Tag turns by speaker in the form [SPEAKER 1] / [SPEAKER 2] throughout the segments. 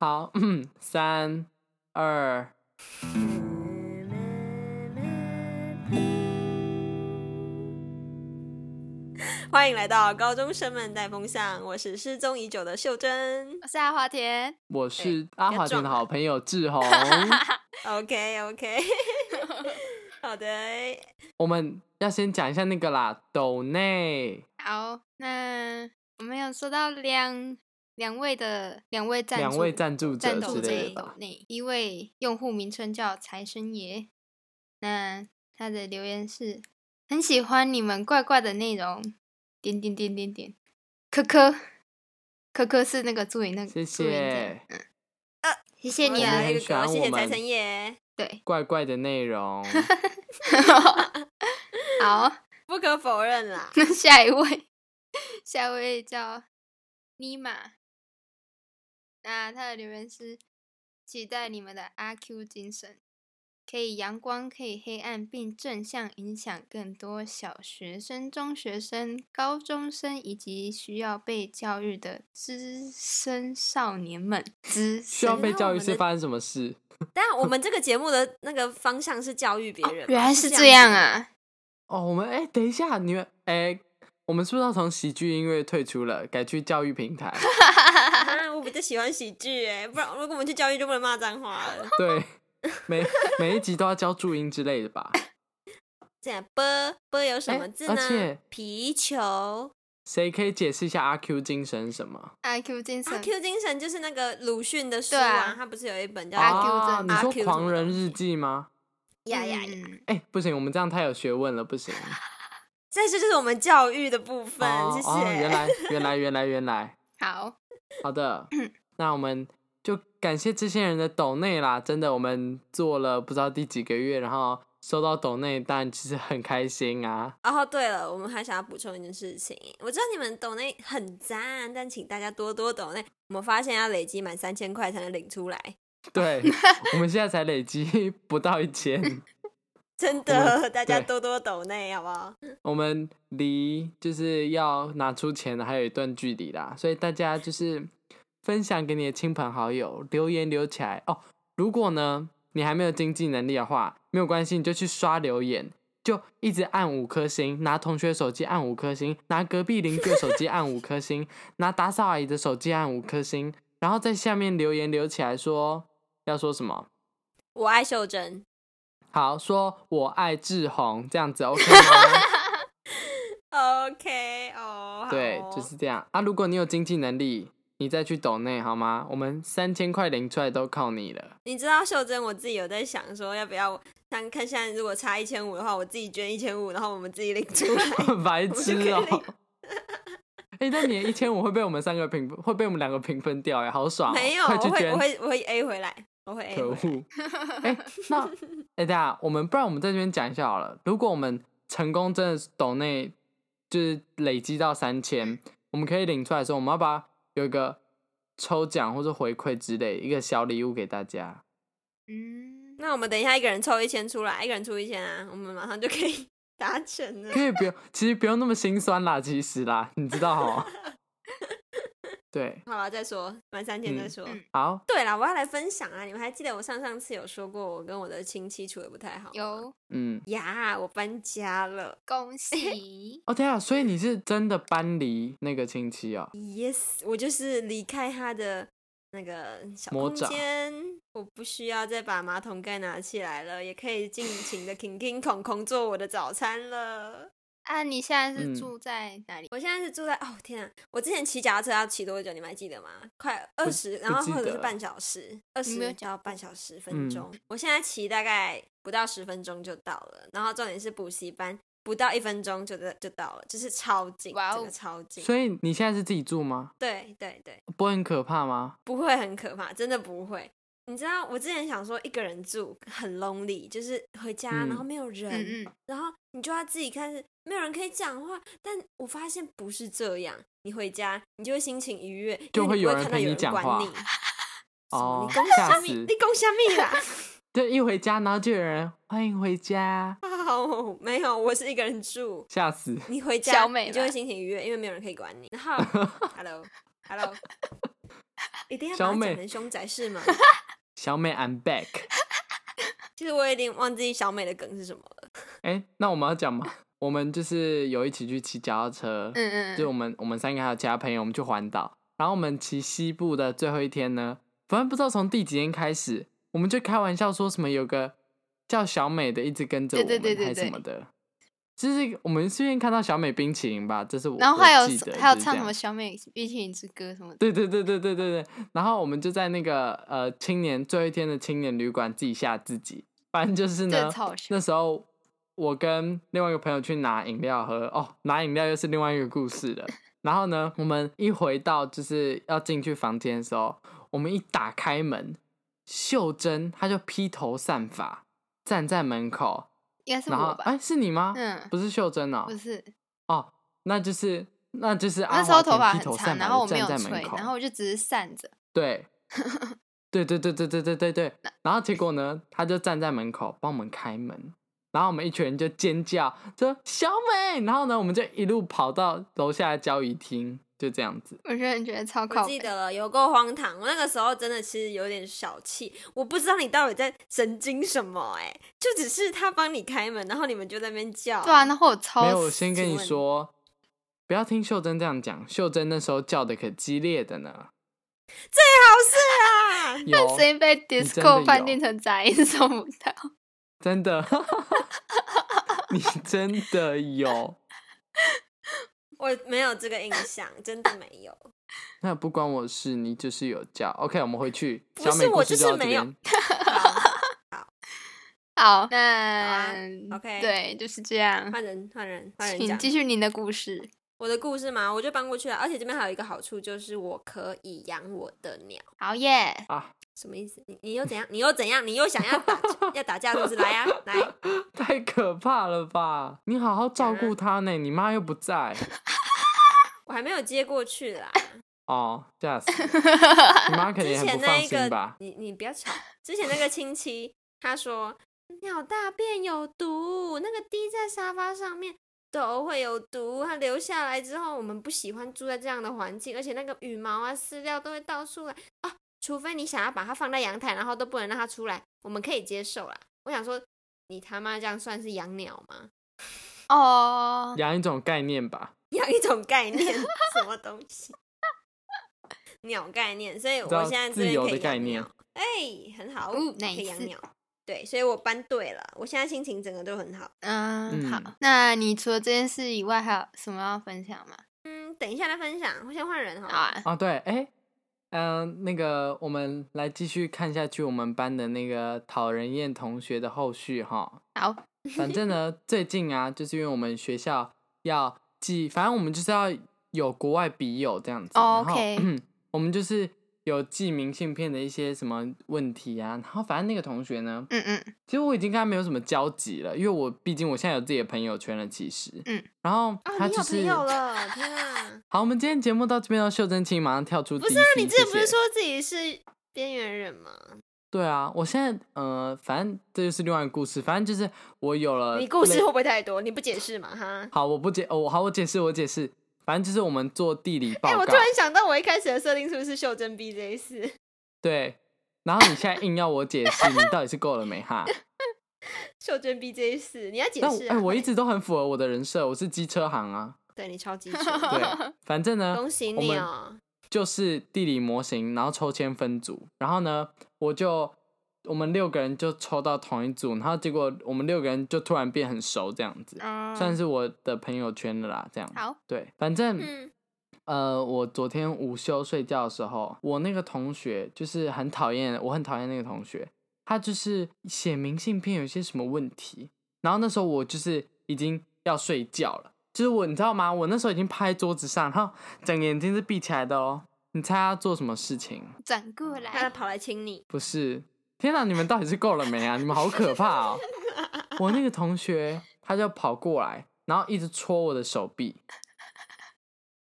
[SPEAKER 1] 好，嗯，三二，
[SPEAKER 2] 欢迎来到高中生们带风向，我是失踪已久的秀珍。
[SPEAKER 3] 我是阿华田，
[SPEAKER 2] 哎
[SPEAKER 1] 我是阿华田的好朋友志 宏。
[SPEAKER 2] OK OK，好的，
[SPEAKER 1] 我们要先讲一下那个啦，斗内
[SPEAKER 3] 好，那我们有收到两两位的两位赞助
[SPEAKER 1] 两位赞助者
[SPEAKER 3] 赞
[SPEAKER 1] 之
[SPEAKER 3] 助
[SPEAKER 1] 类
[SPEAKER 3] 者
[SPEAKER 1] 的吧。
[SPEAKER 3] 内，一位用户名称叫财神爷，那他的留言是很喜欢你们怪怪的内容，点点点点点，科科科科是那个助理那个
[SPEAKER 1] 谢
[SPEAKER 3] 助理
[SPEAKER 1] 谢，
[SPEAKER 3] 这谢谢你
[SPEAKER 1] 我
[SPEAKER 3] 啊
[SPEAKER 1] 们，很喜欢
[SPEAKER 2] 谢
[SPEAKER 1] 我
[SPEAKER 2] 谢
[SPEAKER 1] 们
[SPEAKER 2] 财神爷，
[SPEAKER 3] 对，
[SPEAKER 1] 怪怪的内 容。
[SPEAKER 3] 好，
[SPEAKER 2] 不可否认 啦。
[SPEAKER 3] 那下一位，下一位叫尼玛，那他的留言是：期待你们的阿 Q 精神，可以阳光，可以黑暗，并正向影响更多小学生、中学生、高中生以及需要被教育的资深少年们。资
[SPEAKER 1] 需要
[SPEAKER 3] 深
[SPEAKER 1] 被
[SPEAKER 2] 那
[SPEAKER 1] 教
[SPEAKER 2] 我
[SPEAKER 1] 育
[SPEAKER 2] 们
[SPEAKER 1] 是
[SPEAKER 2] 的
[SPEAKER 1] 发生什么事？
[SPEAKER 2] 但我们这个节目的那个方向是教育别人嘛，
[SPEAKER 3] 哦原来是
[SPEAKER 2] 这
[SPEAKER 3] 这样
[SPEAKER 2] 子的！
[SPEAKER 3] 啊！
[SPEAKER 1] 哦，我们哎、等一下，你们哎、我们是不是要从喜剧音乐退出了，改去教育平台？
[SPEAKER 2] 啊，我比较喜欢喜剧哎，不然如果我们去教育就不能骂脏话 了。
[SPEAKER 1] 对，每每一集都要教注音之类的吧？
[SPEAKER 2] 这样波波有什么
[SPEAKER 1] 哎
[SPEAKER 2] 字
[SPEAKER 1] 而
[SPEAKER 2] 呢？
[SPEAKER 1] 且
[SPEAKER 2] 皮球。
[SPEAKER 1] 谁可以解释一下阿 Q 精神是什么？
[SPEAKER 3] 阿 Q 精神
[SPEAKER 2] 阿啊 Q 精神就是那个鲁迅的书
[SPEAKER 3] 对
[SPEAKER 2] 啊
[SPEAKER 3] 啊，
[SPEAKER 2] 他不是有一本叫
[SPEAKER 3] 阿 Q
[SPEAKER 2] 做
[SPEAKER 1] 啊
[SPEAKER 3] 真
[SPEAKER 1] 你
[SPEAKER 3] 的
[SPEAKER 2] 阿
[SPEAKER 1] 说
[SPEAKER 2] Q
[SPEAKER 1] 《
[SPEAKER 2] 什么
[SPEAKER 1] 狂人
[SPEAKER 2] 东
[SPEAKER 1] 日
[SPEAKER 2] 西
[SPEAKER 1] 记》吗？
[SPEAKER 2] 呀呀呀，
[SPEAKER 3] 嗯
[SPEAKER 1] 哎、不行，我们这样太有学问了，不行。
[SPEAKER 2] 这就是我们教育的部分，
[SPEAKER 1] 哦
[SPEAKER 2] 谢
[SPEAKER 1] 哦，原
[SPEAKER 2] 谢。
[SPEAKER 1] 来原来原来原来，
[SPEAKER 3] 好，
[SPEAKER 1] 好的，那我们就感谢这些人的抖内啦，真的，我们做了不知道第几个月，然后收到抖内，当然其实很开心啊。
[SPEAKER 2] 然后哦对了，我们还想要补充一件事情，我知道你们抖内很赞，但请大家多多抖内。我们发现要累积满三千块才能领出来，
[SPEAKER 1] 对，我们现在才累积不到一千，
[SPEAKER 2] 真
[SPEAKER 1] 我
[SPEAKER 2] 的，
[SPEAKER 1] 们
[SPEAKER 2] 大家
[SPEAKER 1] 嗯对
[SPEAKER 2] 多多抖内好不好？
[SPEAKER 1] 我们离就是要拿出钱的还有一段距离啦，所以大家就是分享给你的亲朋好友，留言留起来哦。如果呢你还没有经济能力的话，没有关系，你就去刷留言，就一直按五颗星，拿同学手机按五颗星，拿隔壁邻居的手机按五颗星，拿打扫阿姨的手机按五颗星，然后在下面留言留起来说要说什么。
[SPEAKER 2] 我爱秀珍
[SPEAKER 1] 好，说我爱志宏这样子 OK 吗？
[SPEAKER 2] ，OK 哦，好
[SPEAKER 1] 对，
[SPEAKER 2] 哦
[SPEAKER 1] 就是这样啊。如果你有经济能力，你再去抖内好吗？我们三千块领出来都靠你 了。
[SPEAKER 2] 你知道秀珍，我自己有在想说要不要，像看现在如果差一千五的话，我自己捐一千五，然后我们自己领出来。
[SPEAKER 1] 白
[SPEAKER 2] 我就
[SPEAKER 1] 痴
[SPEAKER 2] 可以
[SPEAKER 1] 哦、
[SPEAKER 2] 领
[SPEAKER 1] 哎、但你的一千五会被我们三个平，会被我们两个平分掉哎、好 爽、哦！
[SPEAKER 2] 没有，
[SPEAKER 1] 快
[SPEAKER 2] 我
[SPEAKER 1] 去
[SPEAKER 2] 会我
[SPEAKER 1] 捐。
[SPEAKER 2] 会我会 A 回来，我会 A
[SPEAKER 1] 可
[SPEAKER 2] 回来。
[SPEAKER 1] 恶！哎、那哎，大家，我们不然我们在这边讲一下好了。如果我们成功真的抖内，就是累积到三千，我们可以领出来的时候，我们要把有一个抽奖或者回馈之类一个小礼物给大家。
[SPEAKER 3] 嗯，
[SPEAKER 2] 那我们等一下，一个人抽一千出来，一个人出一千啊，我们马上就可以 达成了。
[SPEAKER 1] 可以不用，其实不用那么心酸啦，其实啦，你知道 哈。对，
[SPEAKER 2] 好了，再说，满三天再说。
[SPEAKER 3] 嗯
[SPEAKER 1] 好，
[SPEAKER 2] 对啦，我要来分享啊！你们还记得我上上次有说过，我跟我的亲戚处的不太好。
[SPEAKER 3] 有
[SPEAKER 1] 嗯，。
[SPEAKER 2] 呀，我搬家了。
[SPEAKER 3] 恭喜
[SPEAKER 1] 哦，对啊，所以你是真的搬离那个亲戚哦，
[SPEAKER 2] Yes，我就是离开他的那个小
[SPEAKER 1] 魔
[SPEAKER 2] 空
[SPEAKER 1] 掌
[SPEAKER 2] 间，我不需要再把马桶盖拿起来了，也可以尽情的 king king 孔孔做我的早餐了。
[SPEAKER 3] 啊，你现在
[SPEAKER 1] 嗯
[SPEAKER 3] 是住在哪里？
[SPEAKER 2] 我现在是住在哦天啊！我之前骑脚踏车要骑多久？你们还记得吗？快二十，然后
[SPEAKER 1] 记
[SPEAKER 2] 或者
[SPEAKER 1] 得
[SPEAKER 2] 是半小时，二
[SPEAKER 3] 你没有
[SPEAKER 2] 十到半小时分钟。
[SPEAKER 1] 嗯
[SPEAKER 2] 我现在骑大概不到十分钟就到了，然后重点是补习班不到一分钟就就到了，就是超近，
[SPEAKER 3] 哇哦
[SPEAKER 2] 真的超近。
[SPEAKER 1] 所以你现在是自己住吗？
[SPEAKER 2] 对对对，
[SPEAKER 1] 不会很可怕吗？
[SPEAKER 2] 不会很可怕，真的不会。你知道我之前想说一个人住很 lonely，就是回家、
[SPEAKER 1] 嗯
[SPEAKER 2] 然后没有人，
[SPEAKER 3] 嗯嗯，
[SPEAKER 2] 然后你就要自己开始，没有人可以讲话。但我发现不是这样，你回家你就会心情愉悦，
[SPEAKER 1] 就
[SPEAKER 2] 因
[SPEAKER 1] 会
[SPEAKER 2] 为你
[SPEAKER 1] 有
[SPEAKER 2] 不
[SPEAKER 1] 人
[SPEAKER 2] 会看到
[SPEAKER 1] 陪
[SPEAKER 2] 有
[SPEAKER 1] 你
[SPEAKER 2] 人
[SPEAKER 1] 讲
[SPEAKER 2] 管
[SPEAKER 1] 话
[SPEAKER 2] 你。
[SPEAKER 1] 哦
[SPEAKER 2] 你公，
[SPEAKER 1] 吓死
[SPEAKER 2] 你！讲虾米啦？
[SPEAKER 1] 对，一回家然后就有人欢迎回家，
[SPEAKER 2] 哦，没有，我是一个人住。
[SPEAKER 1] 吓死！
[SPEAKER 2] 你回家
[SPEAKER 3] 小美
[SPEAKER 2] 你就会
[SPEAKER 3] 吧
[SPEAKER 2] 心情愉悦，因为没有人可以管你。然后，hello hello，一定要
[SPEAKER 1] 小
[SPEAKER 2] 把它
[SPEAKER 1] 美
[SPEAKER 2] 讲成凶宅是吗？
[SPEAKER 1] 小美，I'm back。
[SPEAKER 2] 其实我已经忘记小美的梗是什么了。
[SPEAKER 1] 哎、那我们要讲吗？我们就是有一起去骑脚踏车，
[SPEAKER 3] 嗯嗯
[SPEAKER 1] 就我
[SPEAKER 3] 嗯，
[SPEAKER 1] 们我们三个还有其他朋友，我们去环岛。然后我们骑西部的最后一天呢，反正不知道从第几天开始，我们就开玩笑说什么有个叫小美的一直跟着我
[SPEAKER 3] 对
[SPEAKER 1] 们，
[SPEAKER 3] 对对对
[SPEAKER 1] 还是
[SPEAKER 3] 对
[SPEAKER 1] 什么的。就是我们顺便看到小美冰淇淋吧，这是我
[SPEAKER 3] 然后还有
[SPEAKER 1] 我记得
[SPEAKER 3] 还有
[SPEAKER 1] 就是
[SPEAKER 3] 唱
[SPEAKER 1] 这
[SPEAKER 3] 什
[SPEAKER 1] 样
[SPEAKER 3] 么小美冰淇淋之歌什么的，
[SPEAKER 1] 对对对对对对对。然后我们就在那个呃青年最后一天的青年旅馆自己吓自己，反正就是
[SPEAKER 3] 这
[SPEAKER 1] 呢
[SPEAKER 3] 超好，笑
[SPEAKER 1] 那时候我跟另外一个朋友去拿饮料喝，哦，拿饮料又是另外一个故事了。然后呢，我们一回到就是要进去房间的时候，我们一打开门，秀珍她就披头散发站在门口，
[SPEAKER 3] 应该是
[SPEAKER 1] 然后
[SPEAKER 3] 我吧？
[SPEAKER 1] 哎是你吗？
[SPEAKER 3] 嗯，
[SPEAKER 1] 不是秀珍哦
[SPEAKER 3] 不，是，
[SPEAKER 1] 哦，那就是那就是阿
[SPEAKER 3] 那时候
[SPEAKER 1] 华
[SPEAKER 3] 头发
[SPEAKER 1] 啊田披头
[SPEAKER 3] 很长，
[SPEAKER 1] 散发
[SPEAKER 3] 然后我
[SPEAKER 1] 地
[SPEAKER 3] 没有
[SPEAKER 1] 站在门
[SPEAKER 3] 吹，
[SPEAKER 1] 口，
[SPEAKER 3] 然后我就只是散着，
[SPEAKER 1] 对，对对对对对对对对。然后结果呢，他就站在门口帮我们开门，然后我们一群人就尖叫，说小美。然后呢，我们就一路跑到楼下的交易厅，就这样子。
[SPEAKER 3] 我真的觉得超
[SPEAKER 2] 我
[SPEAKER 3] 靠
[SPEAKER 2] 记
[SPEAKER 3] 北。
[SPEAKER 2] 得了，有够荒唐。我那个时候真的其实有点小气，我不知道你到底在神经什么哎、就只是他帮你开门，然后你们就在那边叫。
[SPEAKER 3] 对啊，然后我超
[SPEAKER 1] 没有，我先跟
[SPEAKER 2] 请
[SPEAKER 1] 你
[SPEAKER 2] 问
[SPEAKER 1] 说，不要听秀珍这样讲，秀珍那时候叫的可激烈的 呢。
[SPEAKER 2] 最好是啊，
[SPEAKER 1] 有
[SPEAKER 3] 谁被
[SPEAKER 1] 真的
[SPEAKER 3] disco 判
[SPEAKER 1] 有
[SPEAKER 3] 定成杂音 收不到？
[SPEAKER 1] 真的， 你真的有，
[SPEAKER 2] 我没有这个印象，真的没有。
[SPEAKER 1] 那不关我事，你就是有叫。OK，我们回去。
[SPEAKER 2] 不
[SPEAKER 1] 小
[SPEAKER 2] 是
[SPEAKER 1] 美故
[SPEAKER 2] 我
[SPEAKER 1] 事
[SPEAKER 2] 就是
[SPEAKER 1] 到这
[SPEAKER 2] 没有
[SPEAKER 1] 边
[SPEAKER 2] 好
[SPEAKER 3] 好，
[SPEAKER 2] 啊
[SPEAKER 3] 那
[SPEAKER 2] ，OK
[SPEAKER 3] 对，就是这样。
[SPEAKER 2] 换人，换人，换人
[SPEAKER 3] 请
[SPEAKER 2] 讲
[SPEAKER 3] 继续您的故事。
[SPEAKER 2] 我的故事嘛，我就搬过去了。而且这边还有一个好处，就是我可以养我的鸟。
[SPEAKER 3] 好耶，
[SPEAKER 1] 啊，
[SPEAKER 2] 什么意思？你你又怎样？你又怎样？你又想要打要打架是 不是？来呀、来！
[SPEAKER 1] 太可怕了吧！你好好照顾他呢，你妈又不在
[SPEAKER 2] 我还没有接过去啦。
[SPEAKER 1] 哦，吓死！你妈肯
[SPEAKER 2] 之
[SPEAKER 1] 定很
[SPEAKER 2] 前
[SPEAKER 1] 不
[SPEAKER 2] 那
[SPEAKER 1] 放
[SPEAKER 2] 一
[SPEAKER 1] 心
[SPEAKER 2] 个
[SPEAKER 1] 吧，？
[SPEAKER 2] 你你不要吵。之前那个亲戚他说鸟大便有毒，那个滴在沙发上面都会有毒，它留下来之后，我们不喜欢住在这样的环境，而且那个羽毛啊、饲料都会到处来啊。除非你想要把它放在阳台，然后都不能让它出来，我们可以接受啦。我想说，你他妈这样算是养鸟吗？
[SPEAKER 3] 哦，
[SPEAKER 1] 养一种概念吧，
[SPEAKER 2] 养一种概念，什么东西？鸟概念，所以
[SPEAKER 1] 知道
[SPEAKER 2] 我现在这
[SPEAKER 1] 自
[SPEAKER 2] 边
[SPEAKER 1] 由
[SPEAKER 2] 可以
[SPEAKER 1] 的概
[SPEAKER 2] 养
[SPEAKER 1] 念
[SPEAKER 2] 鸟。哎、很好，
[SPEAKER 3] 哦
[SPEAKER 2] 可以养
[SPEAKER 3] nice
[SPEAKER 2] 鸟。对，所以我搬对了，我现在心情整个都很好。
[SPEAKER 3] 嗯，好
[SPEAKER 1] 嗯。
[SPEAKER 3] 那你除了这件事以外，还有什么要分享吗？
[SPEAKER 2] 嗯，等一下再分享，我先换人哈。
[SPEAKER 3] 好啊，
[SPEAKER 1] 啊，对，哎、嗯、那个，我们来继续看下去，我们班的那个讨人厌同学的后续 哈。
[SPEAKER 3] 好，
[SPEAKER 1] 反正呢，最近啊，就是因为我们学校要寄，反正我们就是要有国外笔友这样子。
[SPEAKER 3] 哦
[SPEAKER 1] 然后
[SPEAKER 3] OK
[SPEAKER 1] 我们就是有寄明信片的一些什么问题啊，然后反正那个同学呢，
[SPEAKER 3] 嗯嗯，
[SPEAKER 1] 其实我已经跟他没有什么交集了，因为我毕竟我现在有自己的朋友圈了，其实，
[SPEAKER 3] 嗯，
[SPEAKER 1] 然后
[SPEAKER 2] 啊，
[SPEAKER 1] 他
[SPEAKER 2] 你
[SPEAKER 1] 就
[SPEAKER 2] 有
[SPEAKER 1] 是嗯
[SPEAKER 2] 朋友了，天啊！
[SPEAKER 1] 好，我们今天节目到这边哦，秀珍，请马上跳出。
[SPEAKER 2] 不是
[SPEAKER 1] 啊
[SPEAKER 2] 那你之前不是说自己是边缘人吗？
[SPEAKER 1] 对啊，我现在呃，反正这就是另外一个故事，反正就是我有了
[SPEAKER 2] 你故事
[SPEAKER 1] 类
[SPEAKER 2] 会不会太多？你不解释嘛？哈。
[SPEAKER 1] 好，我不解，哦，好，我解释，我解释，反正就是我们做地理报
[SPEAKER 2] 哎、
[SPEAKER 1] 告，
[SPEAKER 2] 我突然想到，我一开始的设定是不是袖珍 B 这一 次？
[SPEAKER 1] 对，然后你现在硬要我解释，你到底是够了没哈？
[SPEAKER 2] 袖珍 B 这一次，你要 解
[SPEAKER 1] 但我
[SPEAKER 2] 释、
[SPEAKER 1] 哎、
[SPEAKER 2] 啊。
[SPEAKER 1] 我一
[SPEAKER 2] 快
[SPEAKER 1] 直都很符合我的人设，我是机车行啊，
[SPEAKER 2] 对你超级熟，
[SPEAKER 1] 对，反正呢，
[SPEAKER 2] 恭喜
[SPEAKER 1] 我
[SPEAKER 2] 你
[SPEAKER 1] 们
[SPEAKER 2] 哦！
[SPEAKER 1] 就是地理模型，然后抽签分组，然后呢，我就我们六个人就抽到同一组，然后结果我们六个人就突然变很熟，这样子，
[SPEAKER 3] 嗯，
[SPEAKER 1] 算是我的朋友圈了啦，这样。
[SPEAKER 3] 好，
[SPEAKER 1] 对，反正、
[SPEAKER 2] 嗯，
[SPEAKER 1] 呃，我昨天午休睡觉的时候，我那个同学就是很讨厌，我很讨厌那个同学，他就是写明信片有一些什么问题，然后那时候我就是已经要睡觉了，就是我你知道吗？我那时候已经趴在桌子上，然后整个眼睛是闭起来的哦。你猜他做什么事情？
[SPEAKER 3] 转过来，
[SPEAKER 1] 嗯
[SPEAKER 2] 他跑来亲你，
[SPEAKER 1] 不是，天哪！你们到底是够了没啊？你们好可怕 哦！我那个同学他就跑过来，然后一直戳我的手臂，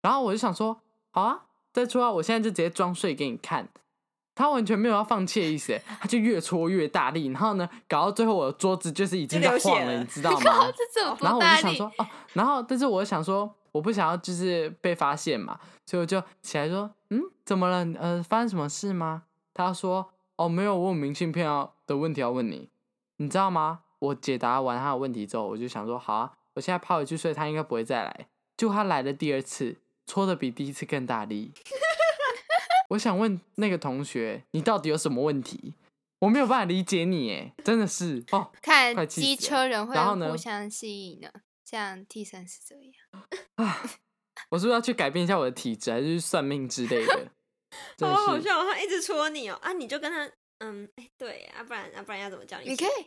[SPEAKER 1] 然后我就想说，好啊，再戳啊！我现在就直接装睡给你看。他完全没有要放弃的意思耶，他就越戳越大力，然后呢，搞到最后我的桌子就是已经
[SPEAKER 2] 就
[SPEAKER 1] 在
[SPEAKER 2] 流血
[SPEAKER 1] 晃
[SPEAKER 2] 了
[SPEAKER 1] 你知 道吗
[SPEAKER 3] 靠，？这怎么不
[SPEAKER 1] 然后我
[SPEAKER 3] 大
[SPEAKER 1] 就想
[SPEAKER 3] 力？
[SPEAKER 1] 说，哦，然后但是我想说，我不想要就是被发现嘛，所以我就起来说，嗯，怎么了？呃，发生什么事吗？他说，哦，没有，我有明信片要的问题要问你，你知道吗？我解答完他的问题之后，我就想说，好啊，我现在趴回去睡，他应该不会再来。就他来了第二次，搓的比第一次更大力。 我想问那个同学，你到底有什么问题？我没有办法理解你，哎，真的是哦，快
[SPEAKER 3] 看
[SPEAKER 1] 气
[SPEAKER 3] 机
[SPEAKER 1] 死了
[SPEAKER 3] 车人会
[SPEAKER 1] 然后呢
[SPEAKER 3] 互相吸引的，像替身是这样。
[SPEAKER 1] 我是不是要去改变一下我的体质，还是去算命之 类的？真
[SPEAKER 2] 好
[SPEAKER 1] 的是
[SPEAKER 2] 好笑哦，他一直戳你哦啊，你就跟他嗯，哎对啊，不然啊不然要怎么叫你？
[SPEAKER 3] 你可以，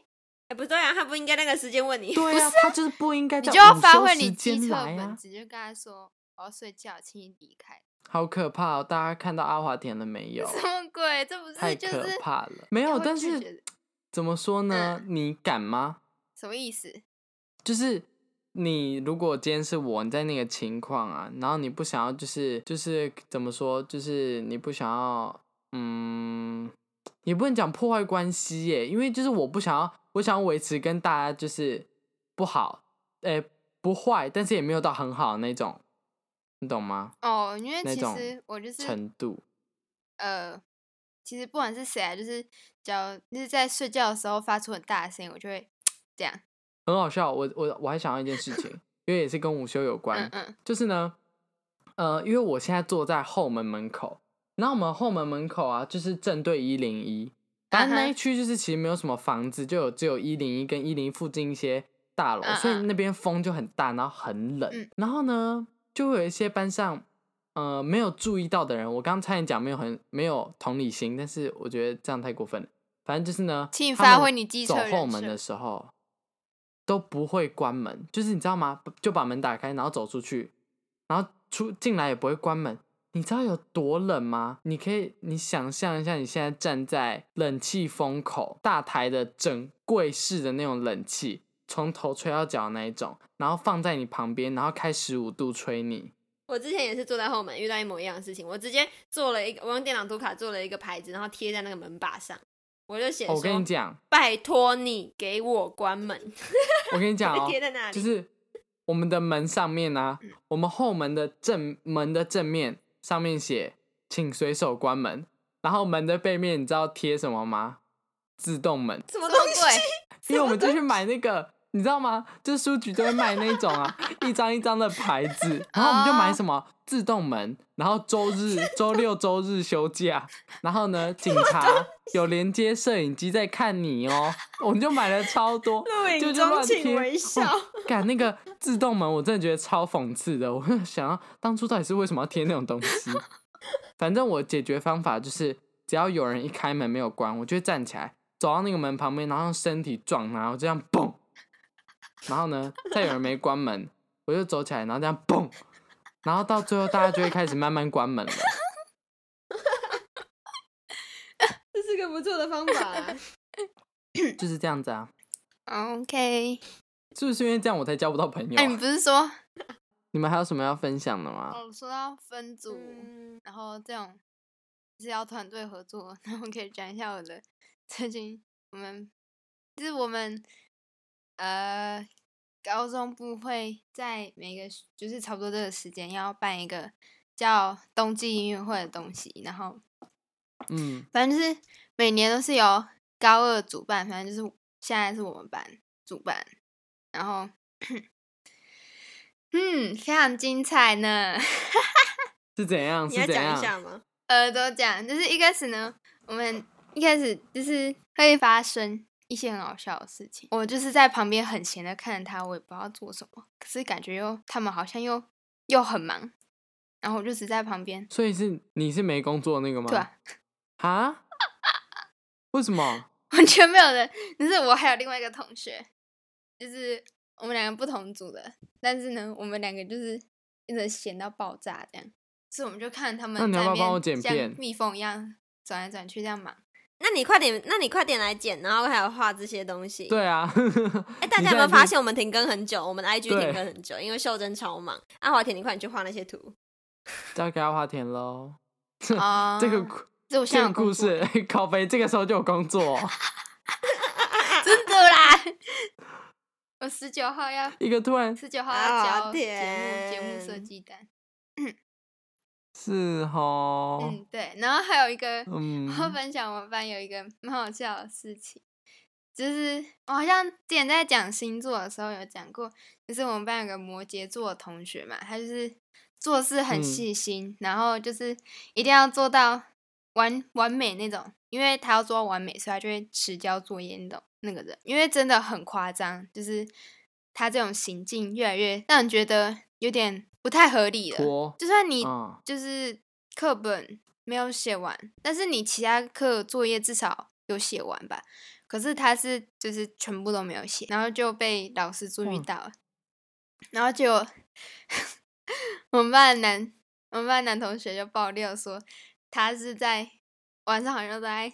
[SPEAKER 2] 哎不对啊，他不应该那个时间问你。
[SPEAKER 1] 对呀、啊，他就是不应该
[SPEAKER 3] 你
[SPEAKER 1] 叫
[SPEAKER 3] 就要
[SPEAKER 1] 午
[SPEAKER 3] 发
[SPEAKER 1] 休
[SPEAKER 3] 挥
[SPEAKER 1] 时
[SPEAKER 3] 你机
[SPEAKER 1] 间
[SPEAKER 3] 车
[SPEAKER 1] 来
[SPEAKER 3] 本
[SPEAKER 1] 啊，
[SPEAKER 3] 质，就跟他说我要睡觉，请你离开。
[SPEAKER 1] 好可怕哦！大家看到阿华田了没有？
[SPEAKER 3] 什么鬼？这不
[SPEAKER 1] 太
[SPEAKER 3] 是就
[SPEAKER 1] 可
[SPEAKER 3] 是
[SPEAKER 1] 怕了。没
[SPEAKER 3] 要
[SPEAKER 1] 有，
[SPEAKER 3] 会
[SPEAKER 1] 但
[SPEAKER 3] 拒绝
[SPEAKER 1] 是
[SPEAKER 3] 的嗯
[SPEAKER 1] 怎么说呢？你敢吗？
[SPEAKER 3] 什么意思？
[SPEAKER 1] 就是你如果今天是我，你在那个情况啊，然后你不想要，就是就是怎么说，就是你不想要，嗯，也不能讲破坏关系耶，因为就是我不想要，我想要维持跟大家就是不好，诶、不坏，但是也没有到很好那种，你懂吗？
[SPEAKER 3] 哦，因为
[SPEAKER 1] 那
[SPEAKER 3] 其
[SPEAKER 1] 种
[SPEAKER 3] 实我就是
[SPEAKER 1] 程度，
[SPEAKER 3] 呃，其实不管是谁啊，就是只要就是在睡觉的时候发出很大的声音，我就会这样。
[SPEAKER 1] 很好笑。我我我还想到一件事 情，因为也是跟午休有关，
[SPEAKER 3] 嗯嗯，
[SPEAKER 1] 就是呢，呃，因为我现在坐在后门门口，然后我们后门门口啊，就是正对一零一，反正那一
[SPEAKER 3] 嗯哼
[SPEAKER 1] 区就是其实没有什么房子，就有只有一零一跟一零附近一些大楼，
[SPEAKER 3] 嗯
[SPEAKER 1] 所以
[SPEAKER 3] 嗯
[SPEAKER 1] 那边风就很大，然后很冷。
[SPEAKER 3] 嗯
[SPEAKER 1] 然后呢，就会有一些班上呃没有注意到的人，我刚刚差点讲没有很没有同理心，但是我觉得这样太过分了。反正就是呢，
[SPEAKER 3] 请你
[SPEAKER 1] 他们
[SPEAKER 3] 发挥你机车
[SPEAKER 1] 走
[SPEAKER 3] 人
[SPEAKER 1] 后门
[SPEAKER 3] 设
[SPEAKER 1] 的时候都不会关门，就是你知道吗？就把门打开，然后走出去，然后出进来也不会关门。你知道有多冷吗？你可以，你想象一下，你现在站在冷气风口，大台的整柜式的那种冷气，从头吹到脚那一种，然后放在你旁边，然后开十五度吹你，
[SPEAKER 2] 我之前也是坐在后门遇到一模一样的事情，我直接做了一个，我用电脑读卡做了一个牌子，然后贴在那个门把上，我就写
[SPEAKER 1] 哦
[SPEAKER 2] 说：“
[SPEAKER 1] 我跟你讲，
[SPEAKER 2] 拜托你给我关门。
[SPEAKER 1] 我跟你”讲
[SPEAKER 2] 就
[SPEAKER 1] 哦，
[SPEAKER 2] 贴 在那里，嗯
[SPEAKER 1] 就是我们的门上面啊，我们后门的正门的正面上面写“请随手关门”，然后门的背面你知道贴什么吗？自动门，
[SPEAKER 2] 什么
[SPEAKER 3] 什
[SPEAKER 2] 东
[SPEAKER 3] 么
[SPEAKER 2] 西？
[SPEAKER 3] 鬼？
[SPEAKER 1] 因为我们就去买那个，你知道吗？就是书局都会卖那种 啊，一张一张的牌子，
[SPEAKER 2] 啊
[SPEAKER 1] 然后我们就买什么自动门，然后周 日、周六、周日休假，然后呢，警 察有连接摄影机在看你哦，我们就买了超多，
[SPEAKER 2] 录
[SPEAKER 1] 就就
[SPEAKER 2] 影中
[SPEAKER 1] 乱
[SPEAKER 2] 请
[SPEAKER 1] 贴哦
[SPEAKER 2] 微笑。
[SPEAKER 1] 干那个自动门，我真的觉得超讽刺的。我 就想要当初到底是为什么要贴那种东西？ 反正我解决方法就是，只要有人一开门没有关，我就会站起来走到那个门旁边，然后用身体撞，然后这样蹦。然后呢，再有人没关门，我就走起来，然后这样蹦。然后到最后，大家就会开始慢慢关门了。
[SPEAKER 2] 这是个不错的方法啊、
[SPEAKER 1] 就是这样子啊，
[SPEAKER 3] OK，
[SPEAKER 1] 是不是因为这样我才交不到朋友
[SPEAKER 3] 哎、
[SPEAKER 1] 啊、嗯
[SPEAKER 3] 你不是说
[SPEAKER 1] 你们还有什么要分享的吗？
[SPEAKER 3] 哦，说到分组，
[SPEAKER 2] 嗯
[SPEAKER 3] 然后这种就是要团队合作， 那我可以讲一下我的最近我们就是我们呃高中部会在每个时就是差不多这个时间要办一个叫冬季音乐会的东西，然后
[SPEAKER 1] 嗯，
[SPEAKER 3] 反正就是每年都是由高二主办，反正就是现在是我们班主办，然后嗯非常精彩呢。
[SPEAKER 1] 是怎样？
[SPEAKER 2] 你
[SPEAKER 1] 是
[SPEAKER 2] 要
[SPEAKER 1] 怎
[SPEAKER 2] 讲
[SPEAKER 1] 样
[SPEAKER 2] 一？下吗？
[SPEAKER 3] 耳朵讲，就是一开始呢，我们一开始就是会发生一些很好笑的事情。我就是在旁边很闲的看着他，我也不知道做什么，可是感觉又他们好像又又很忙，然后我就只在旁边，
[SPEAKER 1] 所以是你是没工作那个吗？
[SPEAKER 3] 对啊，哎
[SPEAKER 1] 啊？ 为什么？
[SPEAKER 3] 完全没有人。但是我还有另外一个同学，就是我们两个不同组的，但是呢，我们两个就是一直闲到爆炸这样。所以我们就看他们
[SPEAKER 1] 那你要
[SPEAKER 3] 在
[SPEAKER 1] 不要帮我
[SPEAKER 3] 边
[SPEAKER 1] 剪片
[SPEAKER 3] 像蜜蜂一样转来转去这样 忙。
[SPEAKER 2] 那你快点，那你快点来剪，然后还有画这些东西。，
[SPEAKER 1] 对啊，
[SPEAKER 2] 哎，大
[SPEAKER 1] 你现
[SPEAKER 2] 家有没
[SPEAKER 1] 在
[SPEAKER 2] 有发
[SPEAKER 1] 是？
[SPEAKER 2] 现我们停更很久？我们的 IG
[SPEAKER 1] 对
[SPEAKER 2] 停更很久，因为秀珍超忙。阿华田，你快点去画那些图。
[SPEAKER 1] 哦交给阿华田喽。
[SPEAKER 3] 啊
[SPEAKER 1] 这个故
[SPEAKER 3] 这我现
[SPEAKER 1] 这个
[SPEAKER 3] 在有
[SPEAKER 1] 故
[SPEAKER 3] 工作
[SPEAKER 1] 事， 靠背这个时候就有工 作哦，
[SPEAKER 3] 真的啦！我十九号要
[SPEAKER 1] 一个突然
[SPEAKER 3] 十九号要
[SPEAKER 2] 啊
[SPEAKER 3] 交节目节目
[SPEAKER 2] 天
[SPEAKER 3] 设计单，
[SPEAKER 1] 是哦，
[SPEAKER 3] 嗯，对。然后还有一个，
[SPEAKER 1] 嗯
[SPEAKER 3] 我分享我们班有一个蛮好笑的事情，就是我好像之前在讲星座的时候有讲过，就是我们班有个摩羯座的同学嘛，他就是做事很
[SPEAKER 1] 嗯
[SPEAKER 3] 细心，然后就是一定要做到完完美那种，因为他要做到完美，所以他就会迟交作业那种那个人，因为真的很夸张，就是他这种行径越来越让人觉得有点不太合理了。
[SPEAKER 1] 拖，
[SPEAKER 3] 就算你
[SPEAKER 1] 嗯，
[SPEAKER 3] 就是课本没有写完，但是你其他课作业至少有写完吧？可是他是就是全部都没有写，然后就被老师注意
[SPEAKER 2] 嗯
[SPEAKER 1] 哇
[SPEAKER 3] 到了，然后就 我们班的男我们班的男同学就爆料说，他是在晚上好像都在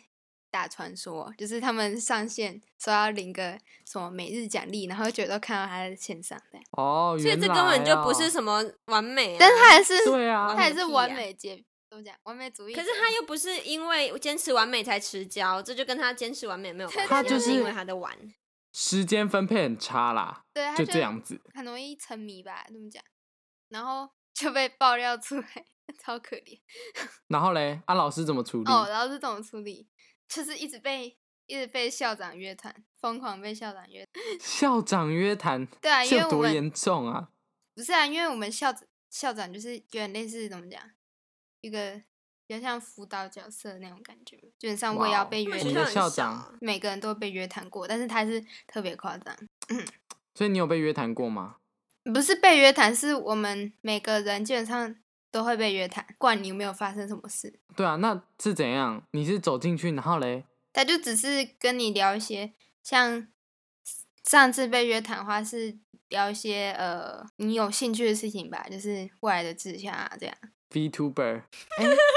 [SPEAKER 3] 打传说，就是他们上线说要领个什么每日奖励，然后觉得都看到他在线上这样，
[SPEAKER 1] 哦，
[SPEAKER 2] 所以
[SPEAKER 1] 原
[SPEAKER 2] 这根本就不
[SPEAKER 1] 来
[SPEAKER 2] 是
[SPEAKER 1] 哦
[SPEAKER 2] 什么完美、啊，
[SPEAKER 3] 但是他还是
[SPEAKER 1] 对啊，
[SPEAKER 3] 他也
[SPEAKER 2] 个
[SPEAKER 3] 是
[SPEAKER 2] 屁
[SPEAKER 3] 完
[SPEAKER 2] 呀
[SPEAKER 3] 美解，怎么讲完美主义者？
[SPEAKER 2] 可是他又不是因为坚持完美才迟交，这就跟他坚持完美没有关 系，
[SPEAKER 1] 他就
[SPEAKER 2] 就是
[SPEAKER 1] 是
[SPEAKER 2] 因为他的玩。
[SPEAKER 1] 时间分配很差啦，
[SPEAKER 3] 对，他
[SPEAKER 1] 就这样子。
[SPEAKER 3] 很容易沉迷吧，这么讲，然后 就被爆料出来， 超可怜
[SPEAKER 1] 然后嘞，啊，老师怎么处理？
[SPEAKER 3] 哦。然后是怎么处理？就是一直被一直被校长约谈，疯狂被校长约谈。
[SPEAKER 1] 校长约谈，
[SPEAKER 3] 对啊，
[SPEAKER 1] 是
[SPEAKER 3] 因为
[SPEAKER 1] 有
[SPEAKER 3] 我
[SPEAKER 1] 多
[SPEAKER 3] 们
[SPEAKER 1] 严重啊？
[SPEAKER 3] 不是啊，因为我们校长校长就是有点类似怎么讲，一个比较像辅导角色那种感觉，基本上我也
[SPEAKER 1] 哇
[SPEAKER 3] 要
[SPEAKER 1] 哦
[SPEAKER 3] 被
[SPEAKER 2] 因为
[SPEAKER 3] 约
[SPEAKER 1] 你
[SPEAKER 2] 学
[SPEAKER 1] 的
[SPEAKER 2] 校很
[SPEAKER 3] 谈。
[SPEAKER 1] 校
[SPEAKER 2] 小
[SPEAKER 1] 长
[SPEAKER 2] 啊
[SPEAKER 3] 每个人都被约谈过，但是他是特别夸张，
[SPEAKER 1] 所以你有被约谈过吗？
[SPEAKER 3] 不是被约谈，是我们每个人基本上都会被约谈，不管你有没有发生什么事，
[SPEAKER 1] 对啊，那是怎样？你是走进去，然后嘞，
[SPEAKER 3] 他就只是跟你聊一些像上次被约谈的话是聊一些呃你有兴趣的事情吧，就是未来的志向啊这样。
[SPEAKER 1] VTuber，哎、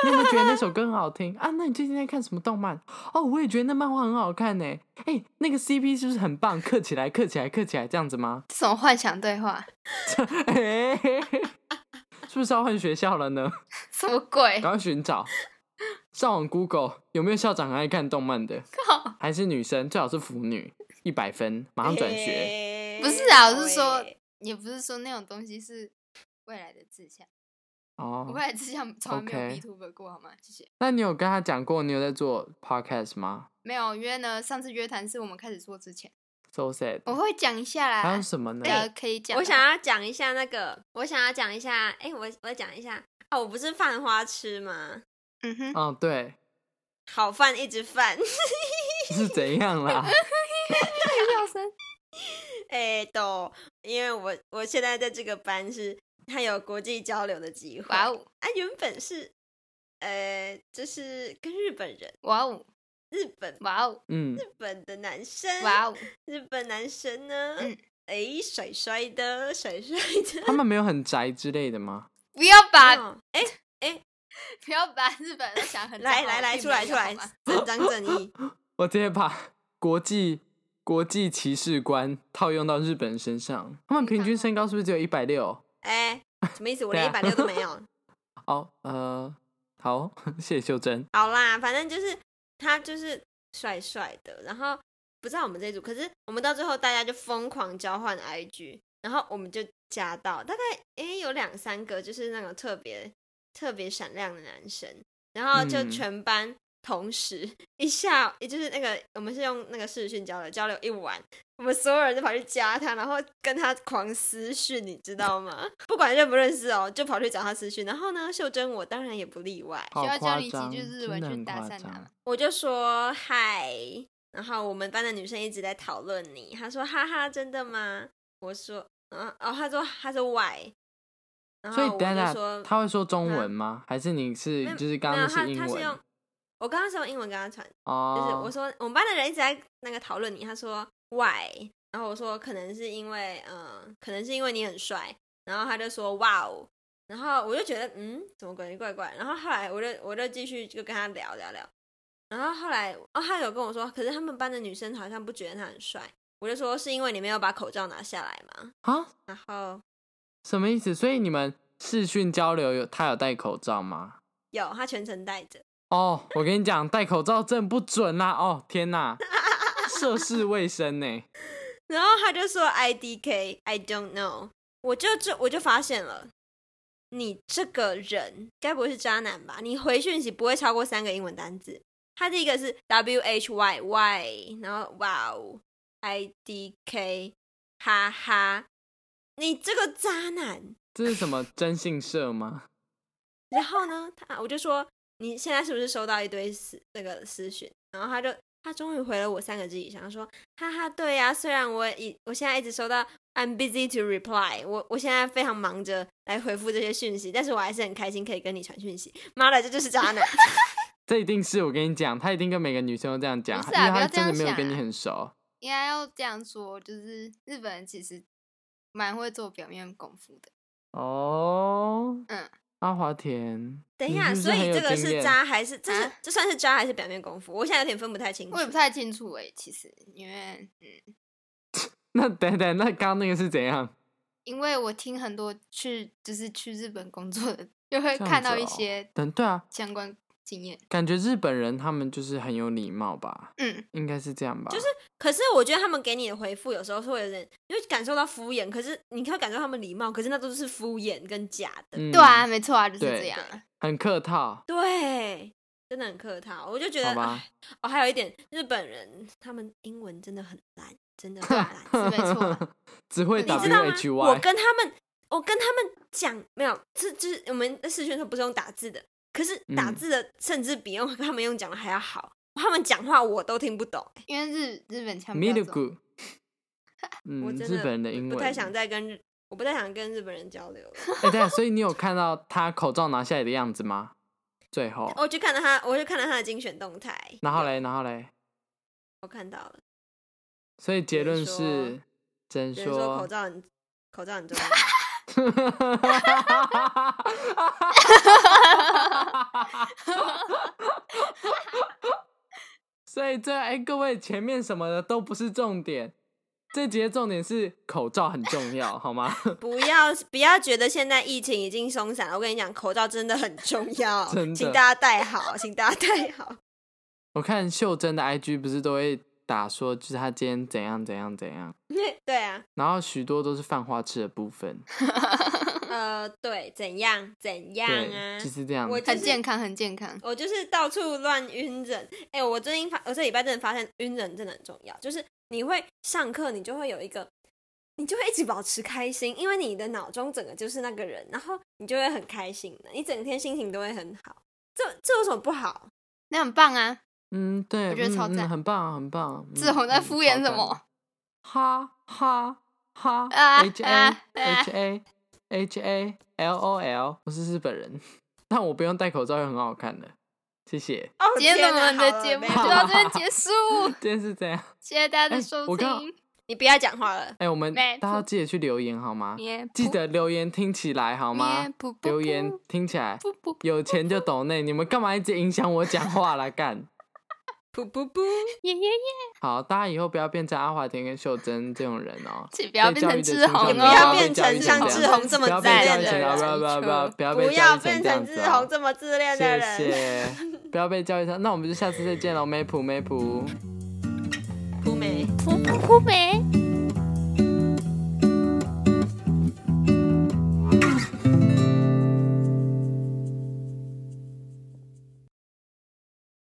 [SPEAKER 1] 你有没有觉得那首歌很好听啊？那你最近在看什么动漫？哦，我也觉得那漫画很好看呢。哎、那个 CP 是不是很棒？刻起来，刻起来，刻起来，这样子吗？
[SPEAKER 3] 这种幻想对话，
[SPEAKER 1] 哎、是不是要换学校了呢？
[SPEAKER 3] 什么鬼？
[SPEAKER 2] 啊
[SPEAKER 1] 赶快寻找，上网 Google 有没有校长很爱看动漫的？
[SPEAKER 3] 靠！
[SPEAKER 1] 还是女生，最好是腐女，一百分，马上转学。
[SPEAKER 2] 学
[SPEAKER 3] 不是啊，我是说，也不是说那种东西是未来的志向，我
[SPEAKER 1] 哦
[SPEAKER 3] 未，来志向从来没有 B
[SPEAKER 1] OK
[SPEAKER 3] t u b e 过好吗？谢谢。
[SPEAKER 1] 那你有跟他讲过你有在做 podcast 吗
[SPEAKER 3] 没有，因为呢，上次约谈是我们开始做之前，
[SPEAKER 1] ？So sad。
[SPEAKER 3] 我会讲一下啦。
[SPEAKER 1] 还有什么呢？
[SPEAKER 3] 大家可以讲。
[SPEAKER 2] 欸
[SPEAKER 3] 啊
[SPEAKER 2] 我想，要讲一下那个，我想要讲一下，哎、我我讲一下啊，我不是犯花痴吗？
[SPEAKER 3] 嗯哼，
[SPEAKER 1] 嗯，对，
[SPEAKER 2] 好饭一直犯，
[SPEAKER 1] 是怎样啦？
[SPEAKER 3] 笑声。
[SPEAKER 2] 哎、都因为我我现在在这个班是，它有国际交流的机会。
[SPEAKER 3] 哇哦，
[SPEAKER 2] 啊，原本是，呃，就是跟日本人，
[SPEAKER 3] 哇哦，
[SPEAKER 2] 日本
[SPEAKER 3] 哇哦，
[SPEAKER 1] 嗯，
[SPEAKER 2] 日本的男生，
[SPEAKER 3] 哇哦！
[SPEAKER 2] 日本男生呢，
[SPEAKER 3] 嗯
[SPEAKER 2] 哎，帅帅的，帅帅 的，
[SPEAKER 1] 他们没有很宅之类的吗？
[SPEAKER 3] 不要把
[SPEAKER 2] 哦哎、
[SPEAKER 3] 不要把日本人都想很
[SPEAKER 2] 来
[SPEAKER 3] 糟
[SPEAKER 2] 来来，
[SPEAKER 3] 糕并
[SPEAKER 2] 出
[SPEAKER 3] 没
[SPEAKER 2] 来
[SPEAKER 3] 有
[SPEAKER 2] 出来
[SPEAKER 3] 好吗，啊
[SPEAKER 2] 正当正义，
[SPEAKER 1] 我直接把国际国际歧视观套用到日本人身上，他们平均身高是不是只有一百六？
[SPEAKER 2] 哎、什么意思？我
[SPEAKER 1] 对
[SPEAKER 2] 连一
[SPEAKER 1] 啊
[SPEAKER 2] 百六都没有。
[SPEAKER 1] 哦，呃，好， 谢谢修真。
[SPEAKER 2] 好啦，反正就是他就是帅帅的，然后不知道我们这一组，可是我们到最后大家就疯狂交换 IG，然后我们就加到大概诶有两三个就是那种特别特别闪亮的男生，然后就
[SPEAKER 1] 嗯
[SPEAKER 2] 全班同时、一下，也就是那个我们是用那个视讯交流，交流一晚。我们所有人都跑去加他，然后跟他狂私讯，你知道吗？ 不管认不认识哦，就跑去找他私讯。然后呢，秀珍我当然也不例外，
[SPEAKER 1] 好
[SPEAKER 3] 需要教
[SPEAKER 1] 夸
[SPEAKER 3] 你几
[SPEAKER 1] 张，
[SPEAKER 3] 句日
[SPEAKER 1] 真
[SPEAKER 3] 文
[SPEAKER 1] 的
[SPEAKER 3] 去
[SPEAKER 1] 很
[SPEAKER 3] 搭
[SPEAKER 1] 夸
[SPEAKER 3] 讪他
[SPEAKER 1] 张
[SPEAKER 3] 吗。？
[SPEAKER 2] 我就说嗨，然后我们班的女生一直在讨论你，她说哈哈，真的吗？我说嗯哦，她说她说 why，然
[SPEAKER 1] 所以
[SPEAKER 2] 啊后我
[SPEAKER 1] 等一
[SPEAKER 2] 就
[SPEAKER 1] 下
[SPEAKER 2] 说
[SPEAKER 1] 他会说中
[SPEAKER 2] 啊
[SPEAKER 1] 文吗？还是你是
[SPEAKER 2] 没有
[SPEAKER 1] 就是刚
[SPEAKER 2] 没
[SPEAKER 1] 刚
[SPEAKER 2] 有
[SPEAKER 1] 那
[SPEAKER 2] 她
[SPEAKER 1] 英
[SPEAKER 2] 她是
[SPEAKER 1] 文
[SPEAKER 2] 用？我刚刚是用英文跟她传，就是
[SPEAKER 1] 哦，
[SPEAKER 2] 我说我们班的人一直在那个讨论你，她说 why，然后我说可能是因为嗯，可能是因为你很帅，然后她就说哇哦。然后我就觉得，嗯，怎么鬼怪怪？然后后来我就我就继续就跟他聊聊聊，然后后来哦，他有跟我说，可是他们班的女生好像不觉得他很帅。我就说是因为你没有把口罩拿下来嘛。
[SPEAKER 1] 啊，
[SPEAKER 2] 然后
[SPEAKER 1] 什么意思？所以你们视讯交流有他有戴口罩吗？
[SPEAKER 2] 有他全程戴着，
[SPEAKER 1] 哦，我跟你讲，戴口罩真的不准啦！哦，天哪，涉世未深呢。
[SPEAKER 2] 然后他就说 I D K I don't know，我就就我就发现了，你这个人该不会是渣男吧？你回讯息不会超过三个英文单字。他第一个是 W H Y Y，然后哇哦 I D K，哈哈，你这个渣男。
[SPEAKER 1] 这是什么征信社吗？
[SPEAKER 2] 然后呢，他我就说你现在是不是收到一堆私那个私讯？然后他就他终于回了我三个字以上，他说哈哈，对呀、虽然我已我现在一直收到 I'm busy to reply，我我现在非常忙着来回复这些讯息，但是我还是很开心可以跟你传讯息。妈的，这就 是渣男。
[SPEAKER 1] 这一定是我跟你讲，他一定跟每个女生都这样讲，
[SPEAKER 3] 不是啊
[SPEAKER 1] 因为
[SPEAKER 3] 不
[SPEAKER 1] 他
[SPEAKER 3] 要这
[SPEAKER 1] 真
[SPEAKER 3] 样
[SPEAKER 1] 的没有跟
[SPEAKER 3] 想
[SPEAKER 1] 你
[SPEAKER 3] 啊
[SPEAKER 1] 很熟。
[SPEAKER 3] 应该要这样说，就是日本人其实蛮会做表面功夫的。
[SPEAKER 1] 哦，
[SPEAKER 3] 嗯，
[SPEAKER 1] 阿华田，
[SPEAKER 2] 等一
[SPEAKER 1] 你
[SPEAKER 2] 下，
[SPEAKER 1] 是不是
[SPEAKER 2] 所
[SPEAKER 1] 很
[SPEAKER 2] 以
[SPEAKER 1] 有
[SPEAKER 2] 这个
[SPEAKER 1] 经
[SPEAKER 2] 是
[SPEAKER 1] 验
[SPEAKER 2] 渣还是这是、
[SPEAKER 3] 啊
[SPEAKER 2] 这算是渣还是表面功夫？我现在有点分不太清楚
[SPEAKER 3] 我也。不太清楚诶、欸其实因为嗯，
[SPEAKER 1] 那等等，那刚刚那个是怎样？
[SPEAKER 3] 因为我听很多去就是去日本工作的，就会
[SPEAKER 1] 这样
[SPEAKER 3] 看
[SPEAKER 1] 子
[SPEAKER 3] 到一
[SPEAKER 1] 哦
[SPEAKER 3] 些
[SPEAKER 1] 等对啊，
[SPEAKER 3] 相关经验。
[SPEAKER 1] 感觉日本人他们就是很有礼貌吧，
[SPEAKER 3] 嗯，
[SPEAKER 1] 应该是这样吧？就是
[SPEAKER 2] 可是我觉得他们给你的回复有时候是会有点，你会感受到敷衍，可是你可以感受他们礼貌，可是那都是敷衍跟假的。
[SPEAKER 1] 嗯、
[SPEAKER 3] 对啊，，没错啊，就是
[SPEAKER 1] 对
[SPEAKER 3] 这样啊。
[SPEAKER 1] 很客套，
[SPEAKER 2] 对，真的很客套。我就觉
[SPEAKER 3] 啊
[SPEAKER 2] 得
[SPEAKER 1] 好，吧
[SPEAKER 2] 哎哦，还有一点，日本人他们英文真的很烂，真的 很烂。
[SPEAKER 3] 是没错啊
[SPEAKER 1] 只会
[SPEAKER 3] 你知道吗
[SPEAKER 1] W H
[SPEAKER 2] 我
[SPEAKER 1] Y，
[SPEAKER 2] 跟他们，我跟他们讲，没有，这就是我们在试训的时候不是用打字的，可是打
[SPEAKER 1] 嗯
[SPEAKER 2] 字的甚至比用 他们用讲的还要好。他们讲话我都听不懂，欸
[SPEAKER 3] 因为日日本腔
[SPEAKER 1] m i
[SPEAKER 3] 比
[SPEAKER 1] d
[SPEAKER 3] 较
[SPEAKER 1] u
[SPEAKER 3] 重，
[SPEAKER 1] g 嗯，
[SPEAKER 2] 我真
[SPEAKER 1] 日
[SPEAKER 2] 的
[SPEAKER 1] 本人的英文
[SPEAKER 2] 不太想再跟日，我不太想跟日本人交流了。
[SPEAKER 1] 哎，对啊，所以你有看到他口罩拿下来的样子吗？最后，
[SPEAKER 2] 我就看到他，我就看到他的精选动态，
[SPEAKER 1] 哦然后嘞，然后嘞，
[SPEAKER 2] 我看到了，
[SPEAKER 1] 所以结
[SPEAKER 2] 有人
[SPEAKER 1] 论
[SPEAKER 2] 说
[SPEAKER 1] 是，真
[SPEAKER 2] 有人说口
[SPEAKER 1] 说，
[SPEAKER 2] 罩很口罩很重要。
[SPEAKER 1] 所以这哎、各位前面什么的都不是重点，这节重点是口罩很重要，好吗？
[SPEAKER 2] 不要不要觉得现在疫情已经松散了，我跟你讲，口罩真的很重要
[SPEAKER 1] 真，的
[SPEAKER 2] 请大家戴好，请大家戴好。
[SPEAKER 1] 我看秀珍的 IG 不是都会打说，就是她今天怎样怎样怎样，
[SPEAKER 2] 对啊，
[SPEAKER 1] 然后许多都是犯花痴的部分，
[SPEAKER 2] 呃，对，怎样怎样啊
[SPEAKER 1] 对，？就是这样。
[SPEAKER 2] 我
[SPEAKER 3] 很
[SPEAKER 2] 就是
[SPEAKER 3] 健康，很健康。
[SPEAKER 2] 我就是到处乱晕人。哎、我最近发，我这礼拜真的发现晕人真的很重要，就是你会上课，你就会有一个，你就会一直保持开心，因为你的脑中整个就是那个人，然后你就会很开心的，你整天心情都会很好。这这有什么不好？
[SPEAKER 3] 那很棒啊！
[SPEAKER 1] 嗯，对，
[SPEAKER 3] 我觉得
[SPEAKER 1] 嗯
[SPEAKER 3] 超
[SPEAKER 1] 嗯
[SPEAKER 3] 赞
[SPEAKER 1] 很棒啊，很棒啊。嗯
[SPEAKER 3] 志宏在
[SPEAKER 1] 嗯
[SPEAKER 3] 敷衍
[SPEAKER 1] 超
[SPEAKER 3] 什
[SPEAKER 1] 赞
[SPEAKER 3] 么？
[SPEAKER 1] 哈哈哈
[SPEAKER 3] 啊
[SPEAKER 1] ！H
[SPEAKER 3] 啊
[SPEAKER 1] A H A H A L O L，我是日本人，但我不用戴口罩也很好看的，谢谢。
[SPEAKER 2] 哦，
[SPEAKER 3] 今天
[SPEAKER 2] 天哪
[SPEAKER 3] 我们
[SPEAKER 2] 好
[SPEAKER 3] 的
[SPEAKER 2] 了
[SPEAKER 3] 节
[SPEAKER 2] 没
[SPEAKER 3] 目就
[SPEAKER 2] 有
[SPEAKER 3] 到这边结束，
[SPEAKER 1] 今天是这样，
[SPEAKER 3] 谢谢大家的
[SPEAKER 1] 哎
[SPEAKER 3] 收
[SPEAKER 1] 我刚
[SPEAKER 3] 听。
[SPEAKER 2] 你不要讲话了。
[SPEAKER 1] 哎、我们
[SPEAKER 3] 没
[SPEAKER 1] 大家
[SPEAKER 3] 错
[SPEAKER 1] 记得去留言好吗？
[SPEAKER 3] 耶
[SPEAKER 1] 记
[SPEAKER 3] 噗
[SPEAKER 1] 得留言听起来好吗
[SPEAKER 3] 耶噗噗？
[SPEAKER 1] 留言
[SPEAKER 3] 噗
[SPEAKER 1] 听起来，
[SPEAKER 3] 不不
[SPEAKER 1] 有钱就抖内，你们干嘛一直影响我讲话啦？干！
[SPEAKER 2] 噗噗噗！
[SPEAKER 3] 耶耶耶！
[SPEAKER 1] 好，大家以后不要变成阿华田跟秀珍这种人 哦。
[SPEAKER 3] 请不要
[SPEAKER 1] 被
[SPEAKER 3] 变
[SPEAKER 1] 教
[SPEAKER 3] 成
[SPEAKER 1] 育的
[SPEAKER 3] 志
[SPEAKER 1] 倾向
[SPEAKER 3] 宏哦，
[SPEAKER 1] 也
[SPEAKER 2] 不要变
[SPEAKER 1] 教育
[SPEAKER 2] 成像
[SPEAKER 1] 这样
[SPEAKER 2] 志宏这么
[SPEAKER 1] 不要被
[SPEAKER 2] 自
[SPEAKER 1] 教
[SPEAKER 2] 恋
[SPEAKER 1] 育
[SPEAKER 2] 的
[SPEAKER 1] 成
[SPEAKER 2] 人
[SPEAKER 1] 啊不要不要不要不要
[SPEAKER 2] 不
[SPEAKER 1] 被教
[SPEAKER 2] 要
[SPEAKER 1] 育成
[SPEAKER 2] 变
[SPEAKER 1] 这样
[SPEAKER 2] 成
[SPEAKER 1] 子
[SPEAKER 2] 志宏
[SPEAKER 1] 哦。
[SPEAKER 2] 这么自恋的
[SPEAKER 1] 谢
[SPEAKER 2] 人。
[SPEAKER 1] 谢， 不要被教育成。那我们就下次再见喽，梅普梅普。
[SPEAKER 2] 扑梅。
[SPEAKER 3] 噗噗噗呗。